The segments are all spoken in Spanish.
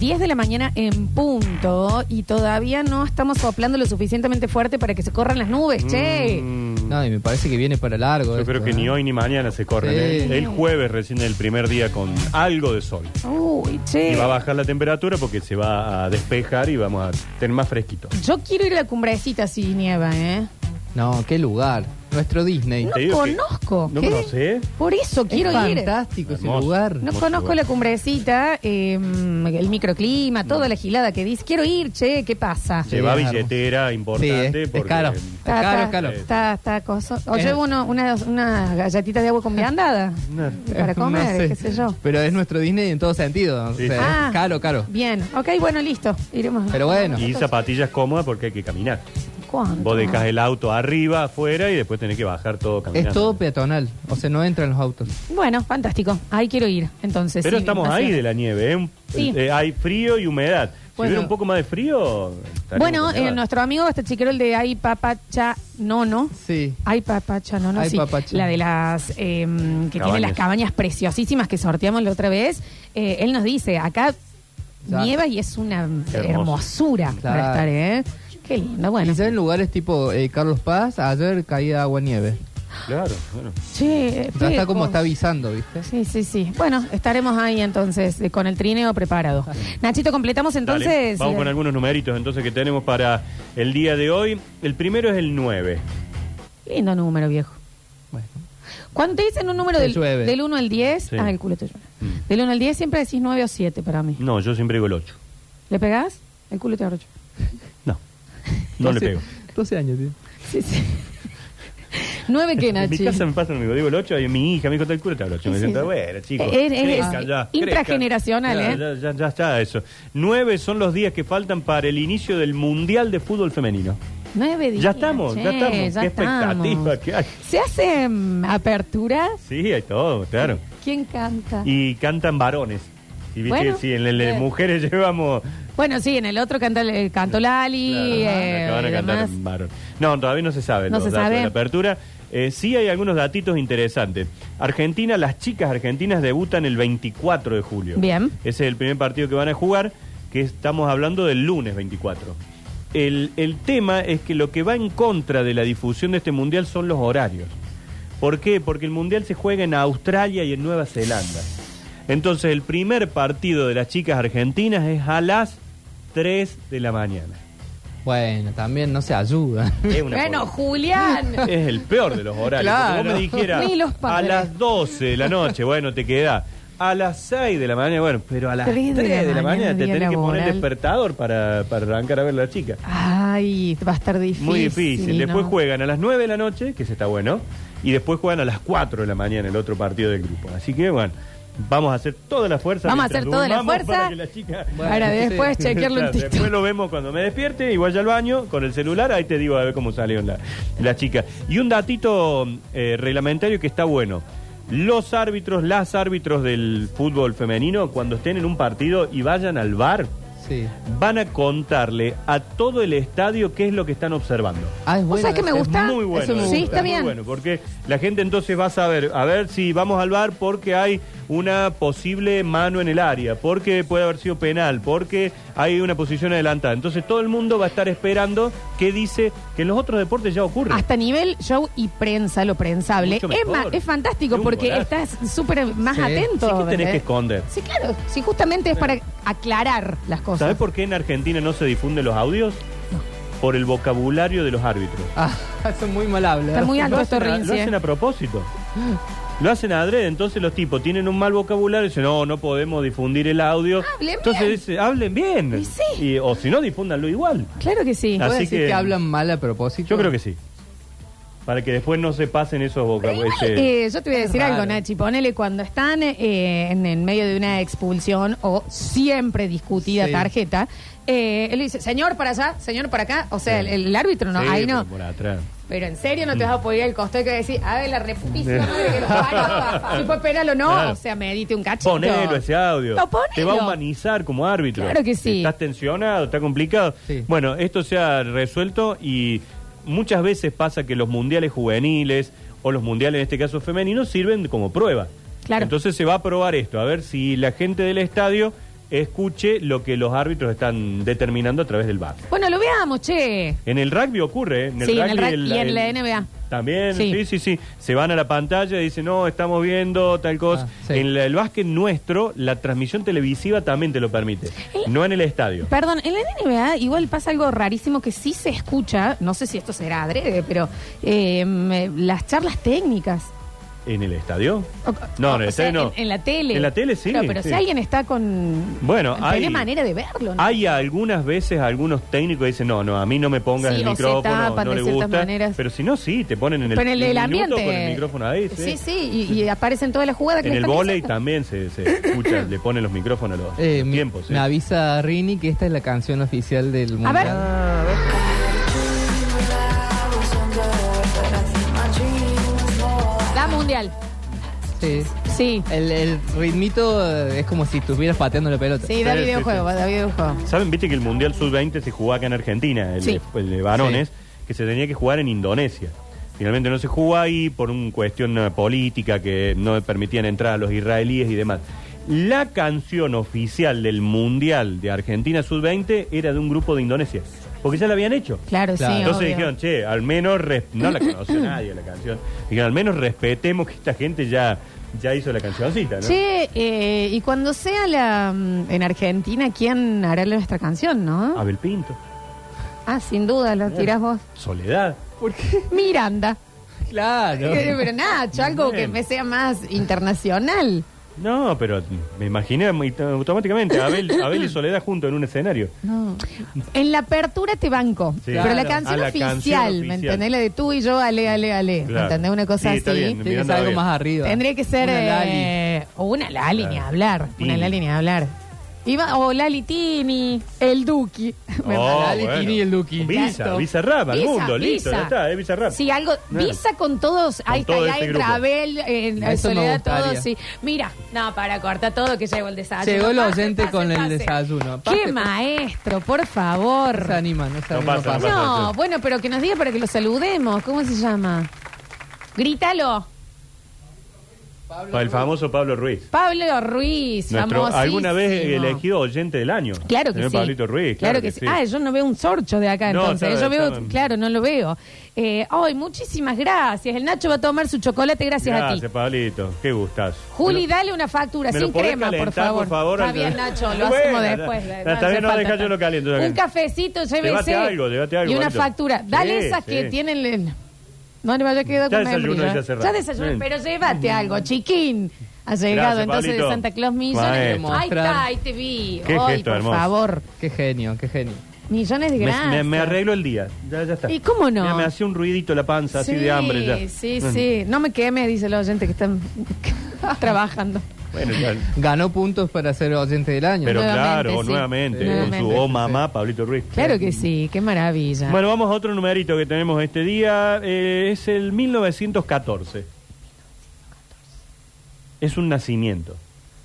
10 de la mañana en punto y todavía no estamos soplando lo suficientemente fuerte para que se corran las nubes, che. Mm, No, y me parece que viene para largo. yo esto, creo que ¿eh? ni hoy ni mañana se corren. Sí. ¿eh? El jueves recién el primer día con algo de sol. Uy, che. Y va a bajar la temperatura porque se va a despejar y vamos a tener más fresquito. Yo quiero ir a la cumbrecita si nieva, ¿eh? No, qué lugar. Nuestro Disney. No Te digo que- conozco. ¿No ¿qué? conocés? Por eso quiero es ir. fantástico ese Hermoso. lugar. No Hermoso conozco lugar. la cumbrecita, eh, el microclima, toda la gilada que dice. Quiero ir, che, ¿qué pasa? Sí, Lleva es billetera importante Sí, es- es porque caro. eh, Está, Caro, está, caro. Está, está coso. O Eh. llevo uno- unas unas galletitas de agua con viandada No. para comer, No sé. qué sé yo. Ah. Pero es nuestro Disney en todo sentido. o Sí, sea, sí. es Caro, caro. Bien, ok, bueno, listo. Iremos. Pero bueno. y zapatillas cómodas porque hay que caminar. ¿Cuánto? Vos dejás el auto arriba, afuera y después tenés que bajar todo caminando. Es todo peatonal. O sea, no entran los autos. Bueno, fantástico. Ahí quiero ir, entonces. Pero sí, estamos así ahí es. de la nieve, ¿eh? Un- Sí. eh, hay frío y humedad. Si Bueno. hubiera un poco más de frío. estaríamos Bueno, con eh, humedad. nuestro amigo este chiquero, el de Ay Papacha No No. Sí. Ay Papacha No No, Ay, sí. Papacha. La de las eh, que tiene Cabañas. las cabañas preciosísimas que sorteamos la otra vez. Eh, él nos dice, acá Ya. nieva y es una Qué hermoso. hermosura para estar, Claro. ¿eh? Qué lindo, bueno. Y ya en lugares tipo eh, Carlos Paz, ayer caía agua nieve. Claro, bueno. Che, Ya está Peco. como está avisando, ¿viste? Sí, sí, sí. Bueno, estaremos ahí entonces, eh, con el trineo preparado. Nachito, completamos Dale, entonces. vamos eh, con algunos numeritos entonces que tenemos para el día de hoy. El primero es el 9. Lindo número, viejo. Bueno. Cuando te dicen un número Te del, llueve. del 1 al 10, Sí. ah, el culo te llueve. Mm. Del 1 al 10 siempre decís 9 o 7 para mí. No, yo siempre digo el 8. ¿Le pegás? El culo te arrocha. No, no le Doce- pego. 12 años, tío. Sí, sí. 9 que En mi Nachi. casa me pasa lo mismo, digo el 8 y mi hija, mi hijo tal culo te habla 8. Me Sí, siento, sí. bueno, chicos. Es- es- crezcan es ya, intrageneracional, ¿eh? crezcan". Ya, Ya, ya, ya está eso. 9 son los días que faltan para el inicio del Mundial de Fútbol Femenino. 9 días. Ya estamos, ya che, ya estamos. Qué estamos. expectativa que hay. ¿Se hacen aperturas? Sí, hay todo, claro. ¿Quién canta? Y cantan varones. Y viste, Ah. Bueno. eh. si en el de Sí. mujeres llevamos. Bueno, sí, en el otro canta, eh, cantó Lali. Claro, eh, acaban de y cantar demás. varón. No, todavía no se sabe No los se datos sabe. de la apertura. Eh, sí hay algunos datitos interesantes. Argentina, las chicas argentinas debutan el 24 de julio. Bien. Ese es el primer partido que van a jugar, que estamos hablando del lunes 24. El, el tema es que lo que va en contra de la difusión de este mundial son los horarios. ¿Por qué? Porque el mundial se juega en Australia y en Nueva Zelanda. Entonces el primer partido de las chicas argentinas es a las 3 de la mañana. Bueno, también no se ayuda. Es una Bueno, porquería. Julián. es el peor de los horarios. Claro. Porque Vos me dijeras Ni los a padres. las 12 de la noche, bueno, te queda. A las 6 de la mañana, bueno, pero a las 3 de, la, mañana, te día tenés que poner laboral. despertador para, para arrancar a ver a la chica. Ay, va a estar difícil. Muy difícil. ¿no? Después juegan a las 9 de la noche, que se está bueno, y después juegan a las 4 de la mañana el otro partido del grupo. Así que, bueno, vamos a hacer toda la fuerza. Vamos a mientras hacer toda la durmamos fuerza. Para que la chica... Bueno, Ahora sí. después chequearlo en Claro, TikTok. Después lo vemos cuando me despierte y vaya al baño con el celular, ahí te digo a ver cómo salió la, la chica. Y un datito eh, reglamentario que está bueno. Los árbitros, las árbitros del fútbol femenino, cuando estén en un partido y vayan al bar, Sí. van a contarle a todo el estadio qué es lo que están observando. Ah, es ¿Vos bueno. sabés que me es gusta? Muy bueno. Eso me eso, sí, gusta. está muy bien. bueno, porque la gente entonces va a saber, a ver si vamos al bar porque hay una posible mano en el área, porque puede haber sido penal, porque hay una posición adelantada. Entonces todo el mundo va a estar esperando qué dice que en los otros deportes ya ocurre. Hasta nivel show y prensa, lo prensable. Mucho Es, mejor. ma- es fantástico Es un porque golazo. estás súper más Sí. atento. Así que tenés ¿entendés? que esconder. Sí, claro. Sí, justamente es para aclarar las cosas. ¿Sabés por qué en Argentina no se difunden los audios? Por el vocabulario de los árbitros. Ah, son muy mal habla. Está muy alto lo esto, hacen, a, lo Rinzi. hacen a propósito. Lo hacen adrede, entonces los tipos tienen un mal vocabulario y dicen, no, no podemos difundir el audio. Hablen entonces bien. dice, hablen bien. Y sí. o si no, difúndanlo igual. Claro que sí. Ah, ¿Puedo así decir que- que... hablan mal a propósito? Yo creo que sí. Para que después no se pasen esos este, vocabularios. Eh, yo te voy a Es decir algo, raro. Nachi. Ponele cuando están eh, en, en medio de una expulsión o siempre discutida Sí. tarjeta, eh, él dice, señor para allá, señor para acá. O sea, Sí. el, el árbitro no, Sí, ahí no. pero Por atrás. Pero en serio Mm. no te vas a poder ir al costado y que decir, a ver, la reputísima madre que lo parió, si fue penal o no. Claro. O sea, medite un cachito. Ponelo ese audio. No, ponelo. Te va a humanizar como árbitro. Claro que sí. Estás tensionado, está complicado. Sí. Bueno, esto se ha resuelto y muchas veces pasa que los mundiales juveniles o los mundiales, en este caso femeninos, sirven como prueba. Claro. Entonces se va a probar esto, a ver si la gente del estadio escuche lo que los árbitros están determinando a través del VAR. Bueno, lo veamos, che. En el rugby ocurre, ¿eh? en el Sí, rugby en el rug- y en la NBA. También, Sí. sí. sí, sí, Se van a la pantalla y dicen, no, estamos viendo tal cosa. Ah, sí. En la- el básquet nuestro, la transmisión televisiva también te lo permite. Eh. No en el estadio. Perdón, en la NBA igual pasa algo rarísimo que sí se escucha, no sé si esto será adrede, pero eh, me- las charlas técnicas. ¿En el estadio? O- No, o- en el o sea, estadio no. En, en la tele. En la tele sí. Claro, pero sí. si alguien está con. Bueno, Tiene hay- manera de verlo, ¿no? Hay algunas veces algunos técnicos dicen, no, no, a mí no me pongas Sí, el o se micrófono, tapan no de le ciertas gusta. maneras. Pero si no, sí, te ponen en el, Pero en el, un el minuto ambiente. con el micrófono ahí. Sí, sí, sí, y, y aparecen todas las jugadas que En le el están volei diciendo. también se, se escucha, le ponen los micrófonos a los, Eh, los me, tiempos. me ¿eh? avisa Rini que esta es la canción oficial del mundial. ver. La mundial. Sí. Sí, El, el ritmito eh, es como si estuvieras pateando la pelota. sí, da Sí, sí, videojuego, sí. da videojuego. ¿Saben? Viste que el Mundial Sub-20 se jugaba acá en Argentina, el, Sí. de, el de varones, que se tenía que jugar en Indonesia. Finalmente no se jugó ahí por una cuestión eh, política que no permitían entrar a los israelíes y demás. La canción oficial del Mundial de Argentina Sub-20 era de un grupo de Indonesia, porque ya la habían hecho. Claro, Claro. sí. Entonces obvio. dijeron, che, al menos, res- no la conoció nadie la canción, dijeron, al menos respetemos que esta gente ya, ya hizo la cancioncita, ¿no? Che, eh, y cuando sea la mm, en Argentina, ¿quién hará nuestra canción, no? Abel Pinto, Ah, sin duda, lo tirás vos. Soledad. ¿Por qué? Miranda. Claro. Eh, Pero Nacho, algo que Bien. me sea más internacional. No, pero me imaginé muy- automáticamente a Abel, Abel y Soledad juntos en un escenario. En la apertura te banco. Sí. Pero la Claro. canción Ah, la oficial, canción ¿me oficial. entendés? La de tú y yo, ale, ale, ale. ¿Me Claro. entendés? Una cosa Sí, así. está bien. Tiene que ser Miranda algo bien. más arriba. Tendría que ser. Una Lali. eh, o una Lali, ni Claro. hablar. Una Tini. Lali, ni hablar. Iba, o Lali Tini, el Duki. Me Oh, manda- Dale, Tini y el Duki. Visa, Exacto. Visa Rap, al Visa, mundo, Visa. listo, ya está, es Visa Rap. Sí, algo. Claro. Visa con todos. ahí está, todo ahí ese entra grupo. Abel, eh, en la Eso me soledad, gustaría. todos. Sí. Mira, no, para corta todo que llegó el desayuno. Llegó el Pase, oyente pase, con el pase. desayuno. Pase, Qué pase. maestro, por No se favor. anima, no se No anima. pasa, no pasa. No, sí. bueno, pero que nos diga para que lo saludemos. ¿Cómo se llama? Grítalo. Pa- El famoso Pablo Ruiz. Pablo Ruiz, Nuestro, famosísimo. alguna vez elegido oyente del año. Claro que Señor sí. Pablito Ruiz, claro, que, sí. Ah, yo no veo un sorcho de acá No, entonces. está- yo veo, está- claro, no lo veo. Eh, Ay, muchísimas gracias. El Nacho va a tomar su chocolate gracias, a ti. Gracias, Pablito. Qué gustazo. Juli, Me lo- dale una factura me sin lo podés crema, por calentar, favor. por favor, Está al- bien, Nacho, lo Bueno, hacemos ya- después. ya no está hace bien, no falta dejá yo lo caliento, yo Un acá. cafecito, llévese. Llévate algo, llévate algo, Y una Marito. factura. Dale Sí, esas que sí. tienen... el- No le vaya a quedar Ya con desayuné membrillo, desde ¿eh? hace rato. Ya desayuné, Bien. pero llévate algo, chiquín. Ha llegado Gracias, entonces de Pablito. Santa Claus Millones. Maestro. Ahí está, ahí te vi. Qué Ay, gesto por hermoso. favor. Qué genio, qué genio. Millones de Me, gracias. me- me arreglo el día. Ya, ya está. ¿Y cómo no? Mira, me hacía un ruidito la panza, así de hambre ya. Mm. Sí, sí. No me queme, dice la oyente que están trabajando. Bueno, ya. Ganó puntos para ser oyente del año. Pero Nuevamente, claro, sí. nuevamente, Nuevamente. con su oh mamá, Pablito Ruiz. Claro que sí, qué maravilla. Bueno, vamos a otro numerito que tenemos este día. eh, es el 1914. Es un nacimiento.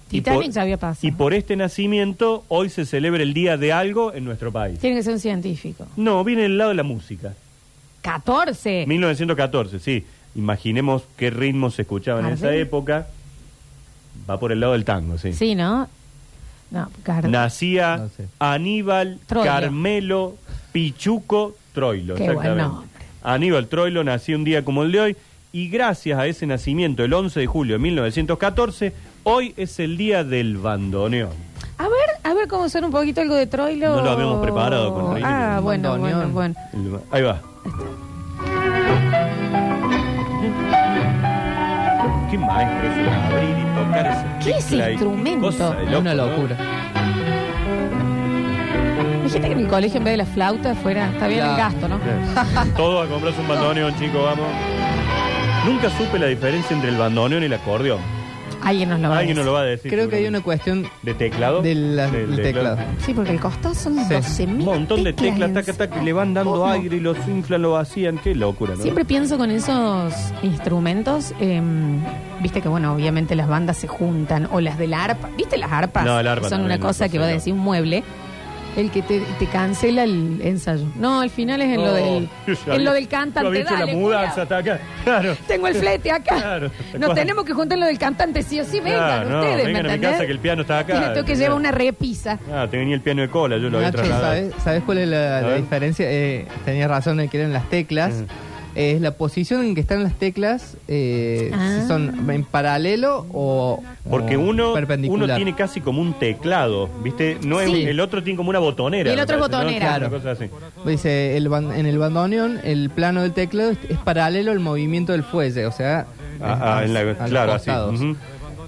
Titanic Y por- ya había pasado. Y por este nacimiento, hoy se celebra el día de algo en nuestro país. Tiene que ser un científico. No, viene del lado de la música. 14. 1914, sí. Imaginemos qué ritmo se escuchaba en esa Gardel. época. Va por el lado del tango, sí. Sí, ¿no? No, Gardel. Nacía No sé. Aníbal Troilo. Carmelo Pichuco Troilo. Qué exactamente. buen nombre. Aníbal Troilo nació un día como el de hoy y gracias a ese nacimiento, el 11 de julio de 1914, hoy es el día del bandoneón. A ver, a ver cómo suena un poquito algo de Troilo. No lo habíamos preparado con Rini. Ah, bueno, bueno, Bandoneón. bueno. El ba- Ahí va. Qué maestro es abrir y tocar esa ¿Qué es tecla y- instrumento? cosa de Es loco, una ¿no? locura. Dijiste que en el colegio en vez de la flauta fuera, está bien el Claro. gasto, ¿no? Todo a comprarse un bandoneón, chicos, vamos. Nunca supe la diferencia entre el bandoneón y el acordeón. Alguien nos lo va a Alguien decir. nos lo va a decir. Creo que hay una seguramente. cuestión ¿De teclado? del Del del teclado. Sí, porque el costado son Sí. 12.000 Un montón de teclas, en- taca, taca, y le van dando ¿Cómo? aire y los inflan, lo vacían. Qué locura, ¿no? Siempre pienso con esos instrumentos, em, viste que bueno, obviamente las bandas se juntan, o las de la arpa, viste las arpas, No, el arpa son también, una cosa no, que va a señor. decir un mueble, El que te, te cancela el ensayo. No, al final es en lo del, Yo Oh, ya en había- lo del yo cantante. había hecho Dale, la mudanza cuidado. hasta acá. Claro. Tengo el flete acá. Claro, tal Nos cual. tenemos que juntar en lo del cantante, sí o sí. Vengan Claro, Ah, no, ustedes, vengan ¿me a mi entendés? casa que el piano está acá. Tengo que llevar una repisa. Ah, tenía el piano de cola, yo lo había Nacho, trasladado. Ah, ¿sabes, sabes cuál es la, A la ver. Mm. diferencia? Eh, tenías razón en que eran las teclas. Ujú. Es la posición en que están las teclas, eh, Ah. si son en paralelo o, Porque o uno, Oh, perpendicular. uno tiene casi como un teclado, ¿viste? No es Sí. un- el otro tiene como una botonera. Y el me otro es parece, ¿no? botonera. Una cosa así. Dice, el ban- en el bandoneón, el plano del teclado es, es paralelo al movimiento del fuelle, o sea, Ah, ah, en la- a los claro, así, costados. ujú.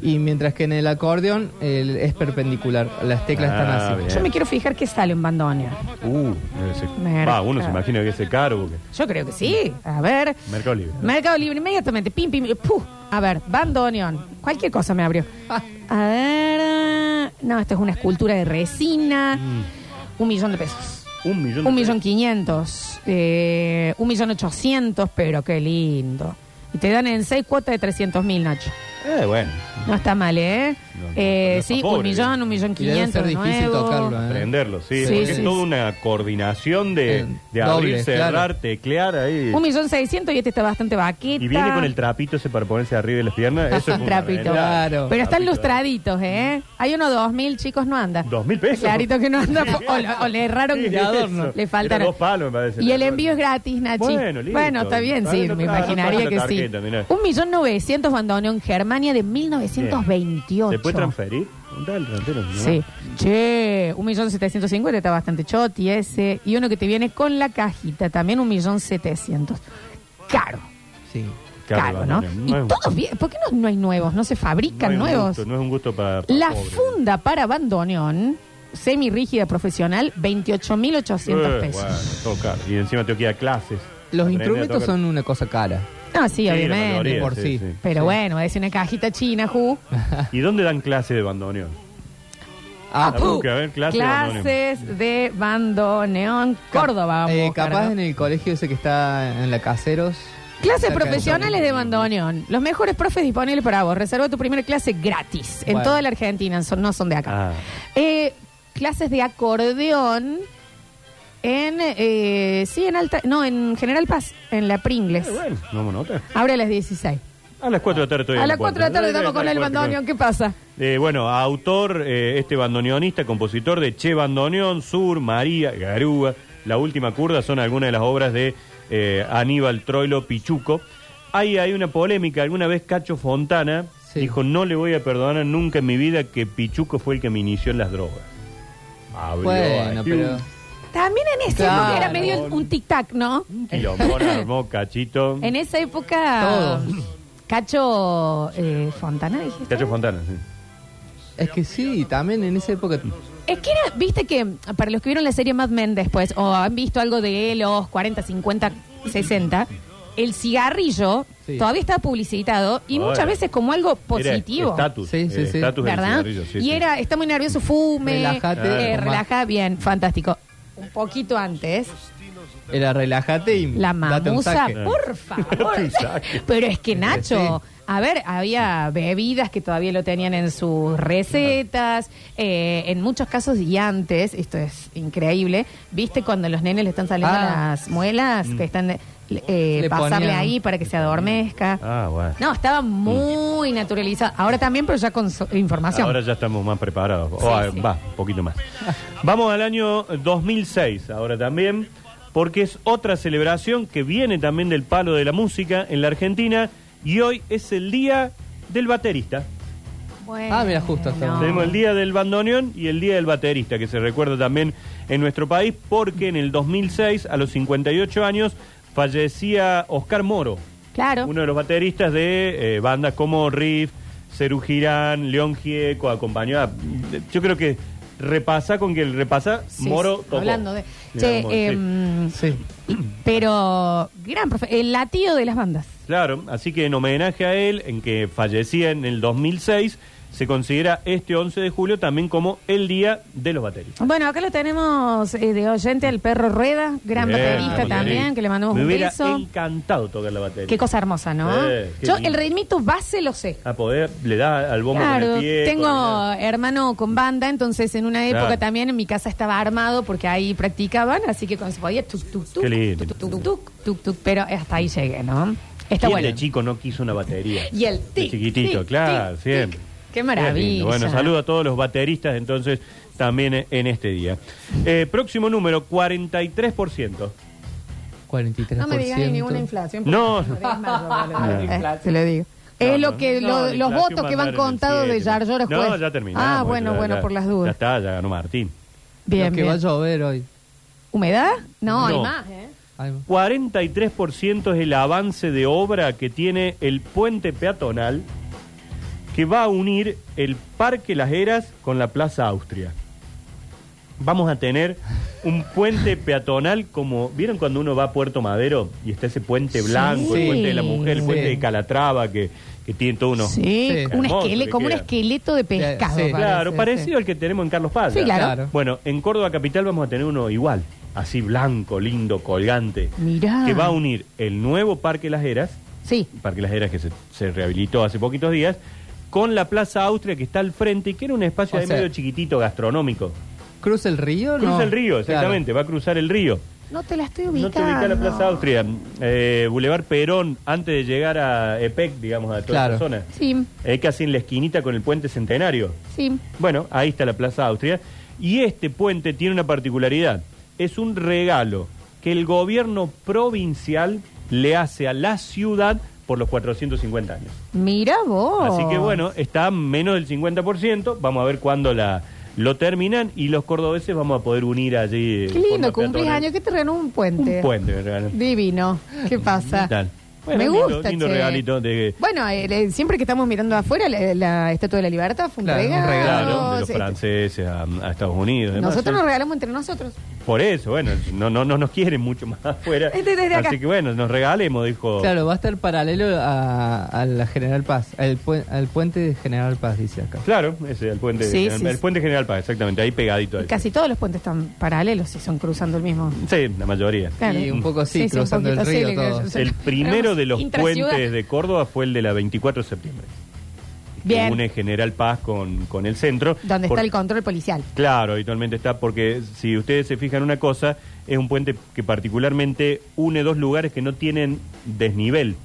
Y mientras que en el acordeón el- es perpendicular, las teclas Ah, están así. bien. Yo me quiero fijar qué sale un bandoneón. Uh, debe ser- Merca. Va, uno se imagina que ese cargo. que- Yo creo que sí. A ver. Mercado Libre. Mercado Libre inmediatamente. Pim, pim. Puh. A ver, bandoneón. Cualquier cosa me abrió. A ver. ah, No, esto es una escultura de resina. Un millón de pesos. Un Mm. millón. de Un millón pesos. quinientos. eh, un millón ochocientos, pero qué lindo. Y te dan en seis cuotas de trescientos mil, Nacho. Eh, bueno. No está mal, ¿eh? No, no, Eh, no está sí, un pobre. millón, un millón Y debe quinientos. ser de difícil nuevo. tocarlo, ¿eh? Aprenderlo, sí. Sí, porque sí, es toda sí. una coordinación de, Eh, de abrir, doble, cerrar, claro. teclear ahí. Un millón seiscientos y este está bastante vaqueta. Y viene con el trapito ese para ponerse arriba de las piernas. Eso es Un una trapito. realidad. Claro. Pero están Trapito, ¿eh? lustraditos, ¿eh? Hay uno dos mil, chicos, no anda. ¿Dos mil pesos? Clarito que no anda. po- O, lo- o le erraron. Sí, el adorno. eso. Le faltan. Era dos palos, me parece. Y el envío es gratis, Nachi. Bueno, listo. Bueno, está bien, sí, Vale, no me tra- no imaginaría trae que la sí. tarjeta, mirá. Un millón novecientos bandoneón, Germania de 1928. ¿Se puede transferir? Dale, transfiero, mi Sí. mamá. Che, un millón setecientos cincuenta está bastante choti ese. Y uno que te viene con la cajita, también un millón setecientos. Caro. Sí. Caro, ¿no? Bardone, Y es un- todos bien. ¿Por qué no, no hay nuevos? ¿No se fabrican no es un nuevos? gusto, no es un gusto para. para La Ah, pobre. funda para bandoneón, semirrígida profesional, 28.800 Eh, pesos. Bueno, todo caro. Y encima tengo que ir a clases. Los Aprendí a instrumentos tocar. son una cosa cara. No, sí, Sí, la obviamente. mayoría, por sí. Pero bueno, es una cajita china, Ju. ¿Y dónde dan clases de bandoneón? Ah, La busca, a ver, clase de bandoneón. Clases de bandoneón, Córdoba. vamos a eh, buscar, capaz ¿no? en el colegio ese que está en la Caseros. Clases cerca de profesionales de bandoneón. Los mejores profes disponibles para vos. Reserva tu primera clase gratis. En Bueno. toda la Argentina, son- no son de acá. Ah, Eh, clases de acordeón en. eh, sí, en Alta. No, en General Paz, en la Pringles. eh, bueno, vamos a notar. Ahora a las 16. A las 4 de la tarde estoy en a la las 4 de la tarde puerta. estamos con el bandoneón. ¿Qué pasa? Eh, bueno, autor, eh, este bandoneonista, compositor de Che Bandoneón, Sur, María, Garúa, La Última Curda, son algunas de las obras de eh, Aníbal Troilo Pichuco. Ahí hay una polémica, alguna vez Cacho Fontana Sí. dijo, no le voy a perdonar nunca en mi vida que Pichuco fue el que me inició en las drogas. Habló Bueno, ahí pero. También en esa Claro. época era medio un tic-tac, ¿no? Un quilombón armó Cachito. En esa época. Todos. Cacho eh, Fontana, dijiste. Cacho Fontana, sí. Es que sí, también en esa época. Es que era, viste que para los que vieron la serie Mad Men después, o han visto algo de los 40, 50, 60, el cigarrillo Sí. todavía estaba publicitado y Bueno. muchas veces como algo Era positivo. Estatus. Sí, sí, eh, sí. estatus del ¿Verdad? cigarrillo, sí, y sí. era, está muy nervioso, fume. Relájate, eh, fumá. relaja bien, fantástico. Un poquito antes, Era relájate y. la date un mamusa, saque. por favor. Date un saque. Pero es que Nacho, a ver, había bebidas que todavía lo tenían en sus recetas, eh, en muchos casos y antes, esto es increíble, ¿viste cuando los nenes le están saliendo Ah. las muelas? Que están eh, Le pasarle ponían- ahí para que se adormezca. Ah, bueno. No, estaba muy naturalizado. Ahora también, pero ya con so- información. Ahora ya estamos más preparados. O, Sí, ah, sí. Va, un poquito más. Vamos al año 2006, ahora también, porque es otra celebración que viene también del palo de la música en la Argentina y hoy es el día del baterista. Bueno. Ah, mira, justo estaba. Tenemos el día del bandoneón y el día del baterista, que se recuerda también en nuestro país, porque en el 2006, a los 58 años, fallecía Oscar Moro, Claro. uno de los bateristas de eh, bandas como Riff, Cerú Girán, León Gieco, acompañó a- Yo creo que repasa con que el repasa, Sí, Moro sí, tocó. Hablando de. Mirá Che, cómo- sí. em, Sí. pero gran profe, el latido de las bandas. Claro, así que en homenaje a él, en que fallecía en el 2006, se considera este 11 de julio también como el Día de los Bateristas. Bueno, acá lo tenemos eh, de oyente al perro Rueda, gran Bien, baterista baterista. también, que le mandamos Me un hubiera beso. encantado tocar la batería. Qué cosa hermosa, ¿no? Sí, qué Yo lindo. el ritmito base lo sé. A poder, le da al bombo con Claro, el pie. tengo con el- hermano con banda, entonces en una época Claro. también en mi casa estaba armado porque ahí practicaban, así que cuando se podía, tuk, tuk, tuk, Qué lindo. tuk, tuk, tuk, tuk, tuk, pero hasta ahí llegué, ¿no? Está ¿Quién bueno. de chico no quiso una batería? Y el De tic, chiquitito, tic, claro, tic, siempre. tic. Qué maravilla. Qué lindo. Bueno, saludo a todos los bateristas entonces también eh, en este día. Eh, próximo número, 43%. 43%. No me digas ni ninguna inflación. porque No, me desmayo, boludo. No. Eh, Te lo digo. No, es no, lo que lo- no, la los inflación votos va que a van andar en el contados de siete. Jar Jar No, ya terminamos. pues, Ah, bueno, ya- bueno, ya- por las Ya dudas. está, ya ganó Martín. Bien, que va a bien. llover hoy. ¿Humedad? No, hay No. más, ¿eh? Ay, 43% es el avance de obra que tiene el puente peatonal que va a unir el Parque Las Heras con la Plaza Austria. Vamos a tener un puente peatonal como... ¿Vieron cuando uno va a Puerto Madero y está ese puente blanco, el Sí. puente de la mujer, el Sí. puente de Calatrava que, que tiene todos unos... Sí, Sí. un Hermoso esquele- que como un queda. esqueleto de pescado. sí. Claro, Parece, parecido al que tenemos en Carlos Paz. Sí, claro. Claro. Bueno, en Córdoba Capital vamos a tener uno igual, así blanco, lindo, colgante, Mirá. que va a unir el nuevo Parque Las Heras, Sí. Parque Las Heras que se, se rehabilitó hace poquitos días, con la Plaza Austria que está al frente y que era un espacio O ahí sea- medio chiquitito, gastronómico. ¿Cruza el río? Cruza no. el río, Claro. exactamente, va a cruzar el río. No te la estoy ubicando. No te ubica la Plaza Austria, eh, Boulevard Perón, antes de llegar a E EPEC, digamos, a toda Claro. esa zona. Sí, Eh, casi en la esquinita con el puente centenario. sí. Bueno, ahí está la Plaza Austria. Y este puente tiene una particularidad. Es un regalo que el gobierno provincial le hace a la ciudad por los 450 años. Mira vos. Así que bueno, está menos del 50%. Vamos a ver cuándo la, lo terminan y los cordobeses vamos a poder unir allí. eh, Qué lindo, cumplís años. ¿Qué te regaló un puente? Un puente me regalan. Divino. ¿Qué pasa? Tal. Bueno, Ah. Me lindo, gusta. lindo che. regalito de- Bueno, eh, le- siempre que estamos mirando afuera, la, la Estatua de la Libertad fue un Claro, un regalo. Claro, de los Sí. franceses a, a Estados Unidos. demás. este, Nosotros nos regalamos entre nosotros. Por eso, bueno, no, no, no nos quieren mucho más afuera. Este desde acá. Así que bueno, nos regalemos, dijo. Claro, va a estar paralelo a, a la General Paz, al, puen- al puente de General Paz, dice acá. Claro, ese el puente, Sí, el, sí, el sí. puente General Paz, exactamente, ahí pegadito. a ese. Casi todos los puentes están paralelos y son cruzando el mismo. Sí, la mayoría. Claro. Y un poco sí, un cruzando el poquito río le- todo. o sea, El primero de los intraciudad. puentes de Córdoba fue el de la 24 de septiembre. Bien. Que une General Paz con, con el centro. Donde Por- está el control policial. Claro, habitualmente está porque si ustedes se fijan una cosa, es un puente que particularmente une dos lugares que no tienen desnivel.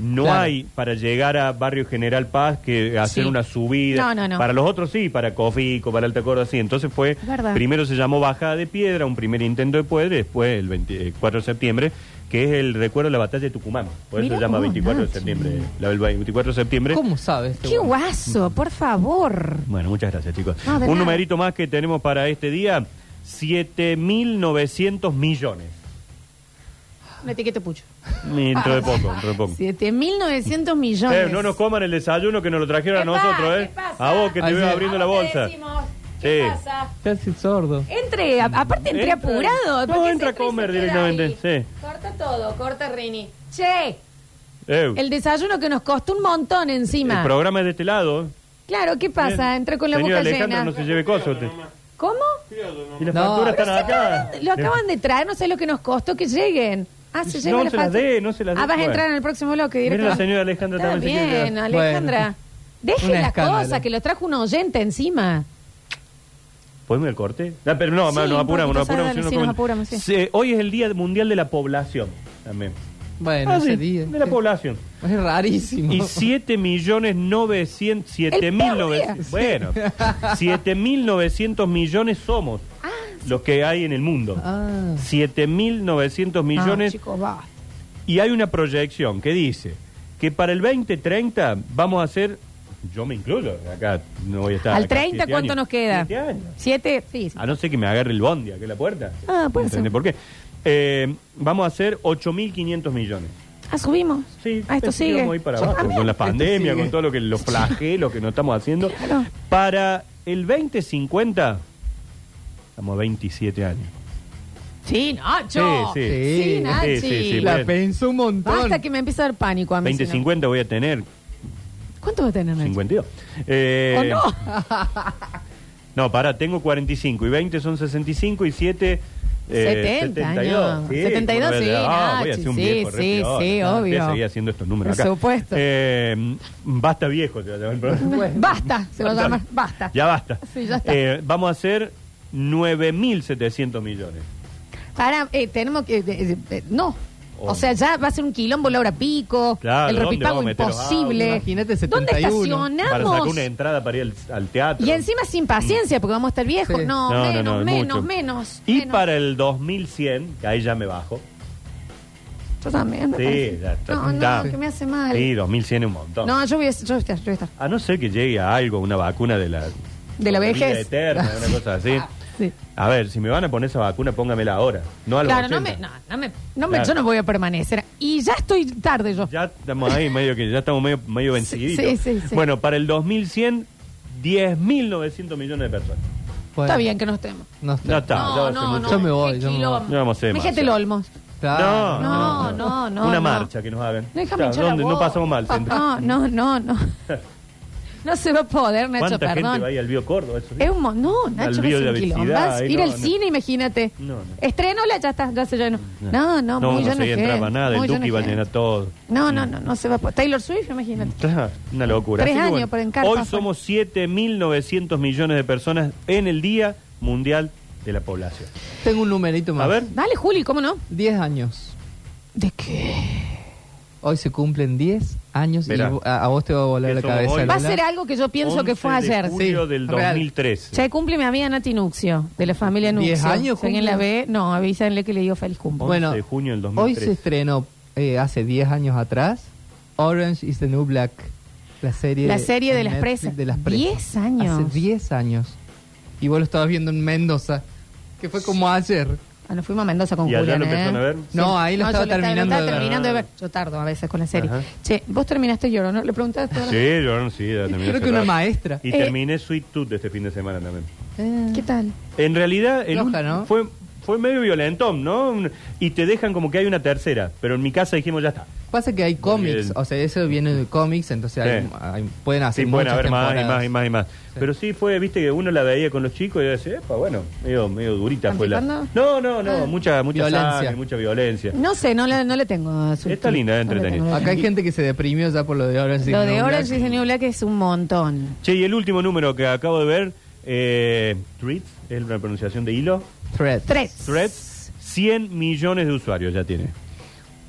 No Claro. hay para llegar a Barrio General Paz que hacer Sí. una subida. No, no, no. Para los otros sí, para Cofico, para Alta Córdoba sí. Entonces fue, Verdad. primero se llamó Bajada de Piedra, un primer intento de puente, después el 24 de septiembre, que es el recuerdo de la batalla de Tucumán. Por eso Mirá se llama vos, 24 de Nachi. septiembre. La del 24 de septiembre. ¿Cómo este sabes? ¡Qué guaso! Por favor. Bueno, muchas gracias, chicos. No, de Un nada. numerito más que tenemos para este día: 7.900 millones. Un etiqueta pucho. Dentro de poco, dentro de poco. 7.900 millones. Eh, no nos coman el desayuno que nos lo trajeron a ¿Qué nosotros, pa- ¿eh? qué pasa? A vos que te Así veo es. abriendo la Ahora bolsa. decimos, ¿Qué Sí. pasa? Casi sordo. Entre, a- aparte entré Entra- apurado. No, ¿por qué entra se a comer y se queda directamente, ahí? sí. Corta todo, corta Rini. Che, Eh, el desayuno que nos costó un montón el encima. programa es de este lado. Claro, ¿qué pasa? Bien. Entré con la Señora boca Alejandra, llena. no se lleve cosas. usted. ¿Cómo? Y las No, facturas pero están acá. Lo acaban de traer, no sé lo que nos costó que lleguen. Ah, se No llevan se las factura. dé, no se las dé. Ah, vas a Bueno. entrar en el próximo bloque Mira directamente. la señora Alejandra Está también se quiere bien, quedar. Alejandra. Bueno. Dejen Un las escándalo. cosas, que lo trajo un oyente encima. ¿Podemos ir al corte? Ah, pero no, Sí, ma- nos un apuramos, nos poquito, apuramos. dale, si no sí, nos comen- apuramos, sí. Se- Hoy es el Día Mundial de la Población también. Bueno, Ah, ese sí, día. de la población. Es rarísimo. Y 7 millones 900, El 7 mil peor día. 900, bueno, 7 mil 900 millones somos Ah, los que hay en el mundo. Ah. 7 mil 900 Ah, millones chicos, va. y hay una proyección que dice que para el 2030 vamos a hacer, yo me incluyo, acá no voy a estar. ¿Al acá 30 siete cuánto años. nos queda? Siete años. ¿Siete? Sí, sí. A no ser que me agarre el bondi aquí en la puerta. Ah, puede ¿Entendés ser. por qué? Eh, vamos a hacer 8.500 millones. Ah, subimos. Sí, ah, esto pensé que sigue. íbamos a ir para abajo, Ah, con la pandemia, sigue. con todo lo que los flagelos que nos estamos haciendo. Claro. Para el 2050, estamos a 27 años. Sí, Nacho. Sí, Sí, sí. Sí, Nachi. sí, sí, La bien. pensó un montón. Basta Ah, que me empieza a dar pánico a mí. si no. 20-50 voy a tener, ¿Cuánto va a tener Nacho? 52. Eh, ¿O no? No, pará, tengo 45 y 20 son 65 y 7... Eh, 70 72, años. 72, como sí, ves, ah, voy a Nachi, ser un sí, viejo sí, re sí, piola, no, voy a obvio. seguir haciendo estos números Por acá. supuesto. Eh, basta viejo, te va a llamar el programa. Basta, se va a llamar. Basta. Ya basta. Sí, ya está. Eh, vamos a hacer 9.700 millones. Para, eh, tenemos que. eh, eh, eh, no. Oh. O sea, ya va a ser un quilombo la hora pico, Claro, el ¿dónde repipago vamos a meter Ah, los imposible. autos? ¿Dónde Imagínate, 71. Para sacar estacionamos? una entrada para ir al, al teatro. Y encima sin paciencia, porque vamos a estar viejos. Sí. No, No, no, menos, no, es menos, mucho. menos. Y menos. para el 2100, que ahí ya me bajo. Yo también. me Sí, parece. ya está. No, está. no, que me hace mal. Sí, 2100 es un montón. No, yo voy a, yo voy a estar, yo voy a estar. A no ser que llegue a algo, una vacuna de la... De la vida vejez. eterna, una cosa así. Sí. A ver, si me van a poner esa vacuna, póngamela ahora. No a los Claro, no 80. me, no, no me, no me- Claro. yo no voy a permanecer. Y ya estoy tarde yo. Ya estamos ahí, medio que ya estamos medio, medio venciditos. sí, sí, sí. Bueno, para el 2100, 10.900 millones de personas. Bueno, Está bien que no estemos. No está. No está. ya va a No, ser no, mucho. no. Yo me voy, qué yo me voy. quilombo. Ya vamos a hacer Imagínate el demasiado. Olmos. Claro. No, no, no, Una no. marcha que nos hagan. No déjame Claro, hinchar la ¿dónde? No boca. pasamos mal. siempre. No, no, no, no. No se va a poder, Nacho, ¿Cuánta gente perdón. va ahí al Bío Córdoba? Eso sí. Es un mo- no, Al Nacho, Bío es de un la quilombo. Vecindad, Vas a ahí Ir no, al no. cine, imagínate. No, no. Estrenóla, ya está, ya se llenó. No, no, no, muy no lleno se de entraba gente, nada. El muy lleno Duque de iba a llenar gente. todo. No, no, no, no se va a poder. Taylor Swift, imagínate. Claro, Una locura. Tres Así que, años bueno, por encarta, Hoy fue. somos 7.900 millones de personas en el Día Mundial de la Población. Tengo un numerito más. A ver. Dale, Juli, ¿cómo no? 10 años. ¿De qué? Hoy se cumplen 10 años Mirá. y vo- a, a vos te va a volar Que la somos cabeza. hoy. Va a Lola. ser algo que yo pienso que fue 11 de ayer. julio Sí, del real. 2013. Se cumple mi amiga Nati Nuxio, de la familia Nuxio. ¿Diez años Si alguien la cumple? ve, no, avísenle que le digo feliz cumple. Bueno, 11 de junio del Hoy 2013. se estrenó, eh, hace 10 años atrás, Orange is the New Black. La serie, La serie de en las Netflix presas. De las presas. 10 años. Hace 10 años. Y vos lo estabas viendo en Mendoza, que fue como ayer. Ah, nos fuimos a Mendoza con ¿Y allá Julián, lo empezaron ¿eh? a ver? No, ahí lo estaba yo terminando estaba de ver. terminando de ver. Yo tardo a veces con la serie. Ajá. Che, vos terminaste lloro, ¿no? Le preguntaste a todas las- Sí, yo no sí, ya terminé Creo hace que una rato. maestra. Y Eh. terminé Sweet Tooth este fin de semana también. Eh, ¿Qué tal? En realidad, el Floja, ul- ¿no? fue, fue medio violentón, ¿no? Un- Y te dejan como que hay una tercera, pero en mi casa dijimos ya está. Pasa que hay cómics, bien. o sea, eso viene de cómics, entonces hay- Sí. hay- pueden Sí, hacer pueden Ah, muchas haber más y temporadas. más y más y más. Pero sí fue, viste, que uno la veía con los chicos y yo decía, epa, bueno, medio, medio durita fue la. ¿Picando? No, no, Ah. no, mucha, mucha Violencia. sangre, mucha violencia. No sé, no la, no le tengo. su- Está linda, no es le entretenida. tengo. Acá hay gente que se deprimió ya por lo de Orange is Lo the de New Orange Black. is the New Black es un montón. Che, y el último número que acabo de ver, eh, Threads, es una pronunciación de hilo. Threads. Tres. Threads, 100 millones de usuarios ya tiene.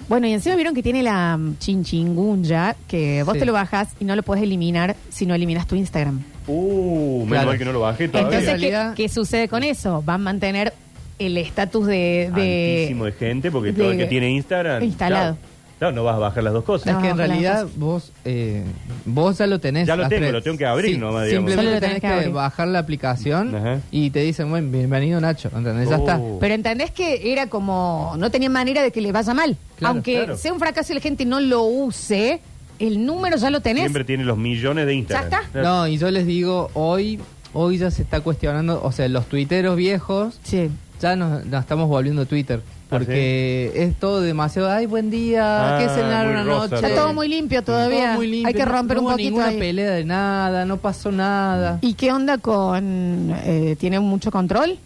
Bueno, y encima vieron que tiene la mm, chinchingunya, que vos Sí. te lo bajas y no lo podés eliminar si no eliminas tu Instagram. Uh, menos Claro. mal que no lo bajé todavía. Entonces, En ¿qué, realidad- qué sucede con eso? Van a mantener el estatus de, de- Altísimo de gente, porque todo de- el que tiene Instagram. Instalado. Claro, Claro, no vas a bajar las dos Es cosas. No, que en ojalá realidad entonces. vos, eh, vos ya lo tenés. Ya lo las tengo, tres. lo tengo que abrir nomás, digamos. Solo lo tenés Simplemente tenés que que, abrir. bajar la aplicación Ajá. y te dicen, bueno, bienvenido Nacho, ¿entendés? Ya Oh. está. Pero entendés que era como, no tenía manera de que le vaya mal. Claro, Aunque claro. sea un fracaso y la gente no lo use, el número ya lo tenés. Siempre tiene los millones de Instagram. Ya está. No, y yo les digo, hoy, hoy ya se está cuestionando, o sea, los tuiteros viejos Sí. ya nos, nos estamos volviendo Twitter. Porque es todo demasiado, ay, buen día, Ah, que cenaron muy rosa, anoche. Sí. Está todo muy limpio todavía. Todo muy limpio, Hay que no- romper no un hubo poquito ninguna ahí. pelea de nada, no pasó nada. ¿Y qué onda con... eh, ¿Tiene mucho control?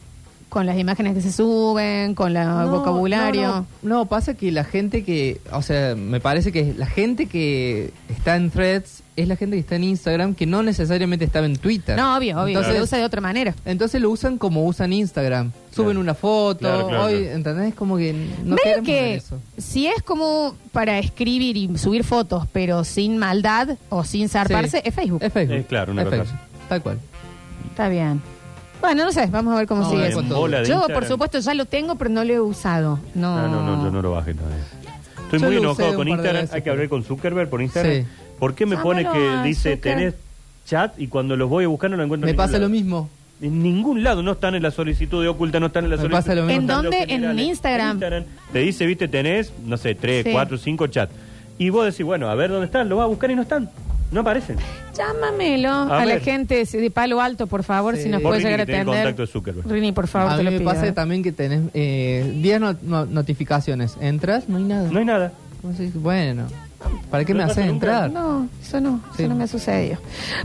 Con las imágenes que se suben, con el No, vocabulario. No, no. No, pasa que la gente que, o sea, me parece que la gente que está en threads es la gente que está en Instagram que no necesariamente estaba en Twitter. No, obvio, obvio. Entonces, Se usa de otra manera. entonces lo usan como usan Instagram. Suben Claro. una foto, Claro, claro, hoy, claro. ¿entendés? Como que no Medio queremos ver que eso. si es como para escribir y subir fotos, pero sin maldad o sin zarparse, Sí. es Facebook. Es Facebook. Es claro, una Es cosa Facebook. Tal cual. Está bien. Bueno, no sé, vamos a ver cómo No, sigue en eso. bola de Yo, por Instagram. supuesto, ya lo tengo, pero no lo he usado. No, No, no, no, yo no lo bajé todavía. Estoy Yo muy lo usé enojado con un par de Instagram. veces, Hay que pero- hablar con Zuckerberg por Instagram. Sí. ¿Por qué me pone Llámalo que a dice Zucker. tenés chat y cuando los voy a buscar no lo encuentro? Me en pasa ningún lo lado? mismo. En ningún lado, no están en la solicitud de oculta, no están en la Me solicitud. pasa lo mismo. ¿En dónde? los generales. En Instagram. Te dice, viste, tenés, no sé, tres, Sí. cuatro, cinco chats. Y vos decís, bueno, a ver dónde están, lo vas a buscar y no están. No aparecen. Llámamelo a, A la ver. gente de Palo Alto, por favor, Sí. si nos Vos, puede Rini, llegar a que tenés atender. contacto de Zuckerberg. Rini, por favor, a te mí lo me pido. pasa también que tenés eh, 10 no- no- notificaciones. Entras, no hay nada. No hay nada. Vos decís, bueno, ¿para qué No me pasa haces nunca. entrar? No, eso no, Sí. eso no me ha sucedido.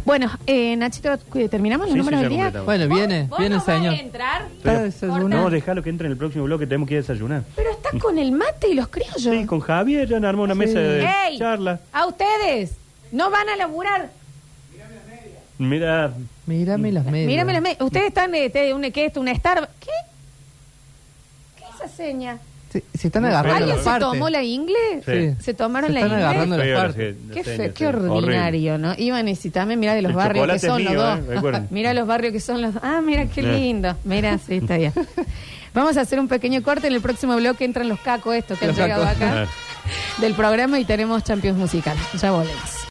Bueno, eh, Nachito, ¿terminamos los Sí, sí, números ya del día? completamos. Bueno, Eh, viene, ¿Vos viene no el vas a señor. entrar? Está No, desayunando. déjalo que entre en el próximo bloque, tenemos que ir a desayunar. Pero está con el mate y los criollos. Sí, con Javier ya armó una mesa de ¡Ey! charla. A ustedes, no van a laburar. Mira, Mírame las medias. Mírame las medias. Ustedes están de, de una, ¿qué es esto? ¿Una Starbucks? ¿Qué? ¿Qué es esa seña? Se, se están No, agarrando pero- ¿Alguien las se partes. tomó la ingle? Sí. ¿Se tomaron Se la están ingle? agarrando las Feo, partes. sí, Qué, sí, fe- sí, qué sí. ordinario, ¿no? Iban y también mirá de los El barrios que chocolate son es los mío, dos. eh, recuerden. mirá los barrios que son los dos. Ah, mira qué Eh. lindo. Mira, sí, está bien. Vamos a hacer un pequeño corte. En el próximo bloque entran los cacos estos que Los han llegado cacos. acá Eh. del programa y tenemos Champions Musical. Ya volvemos.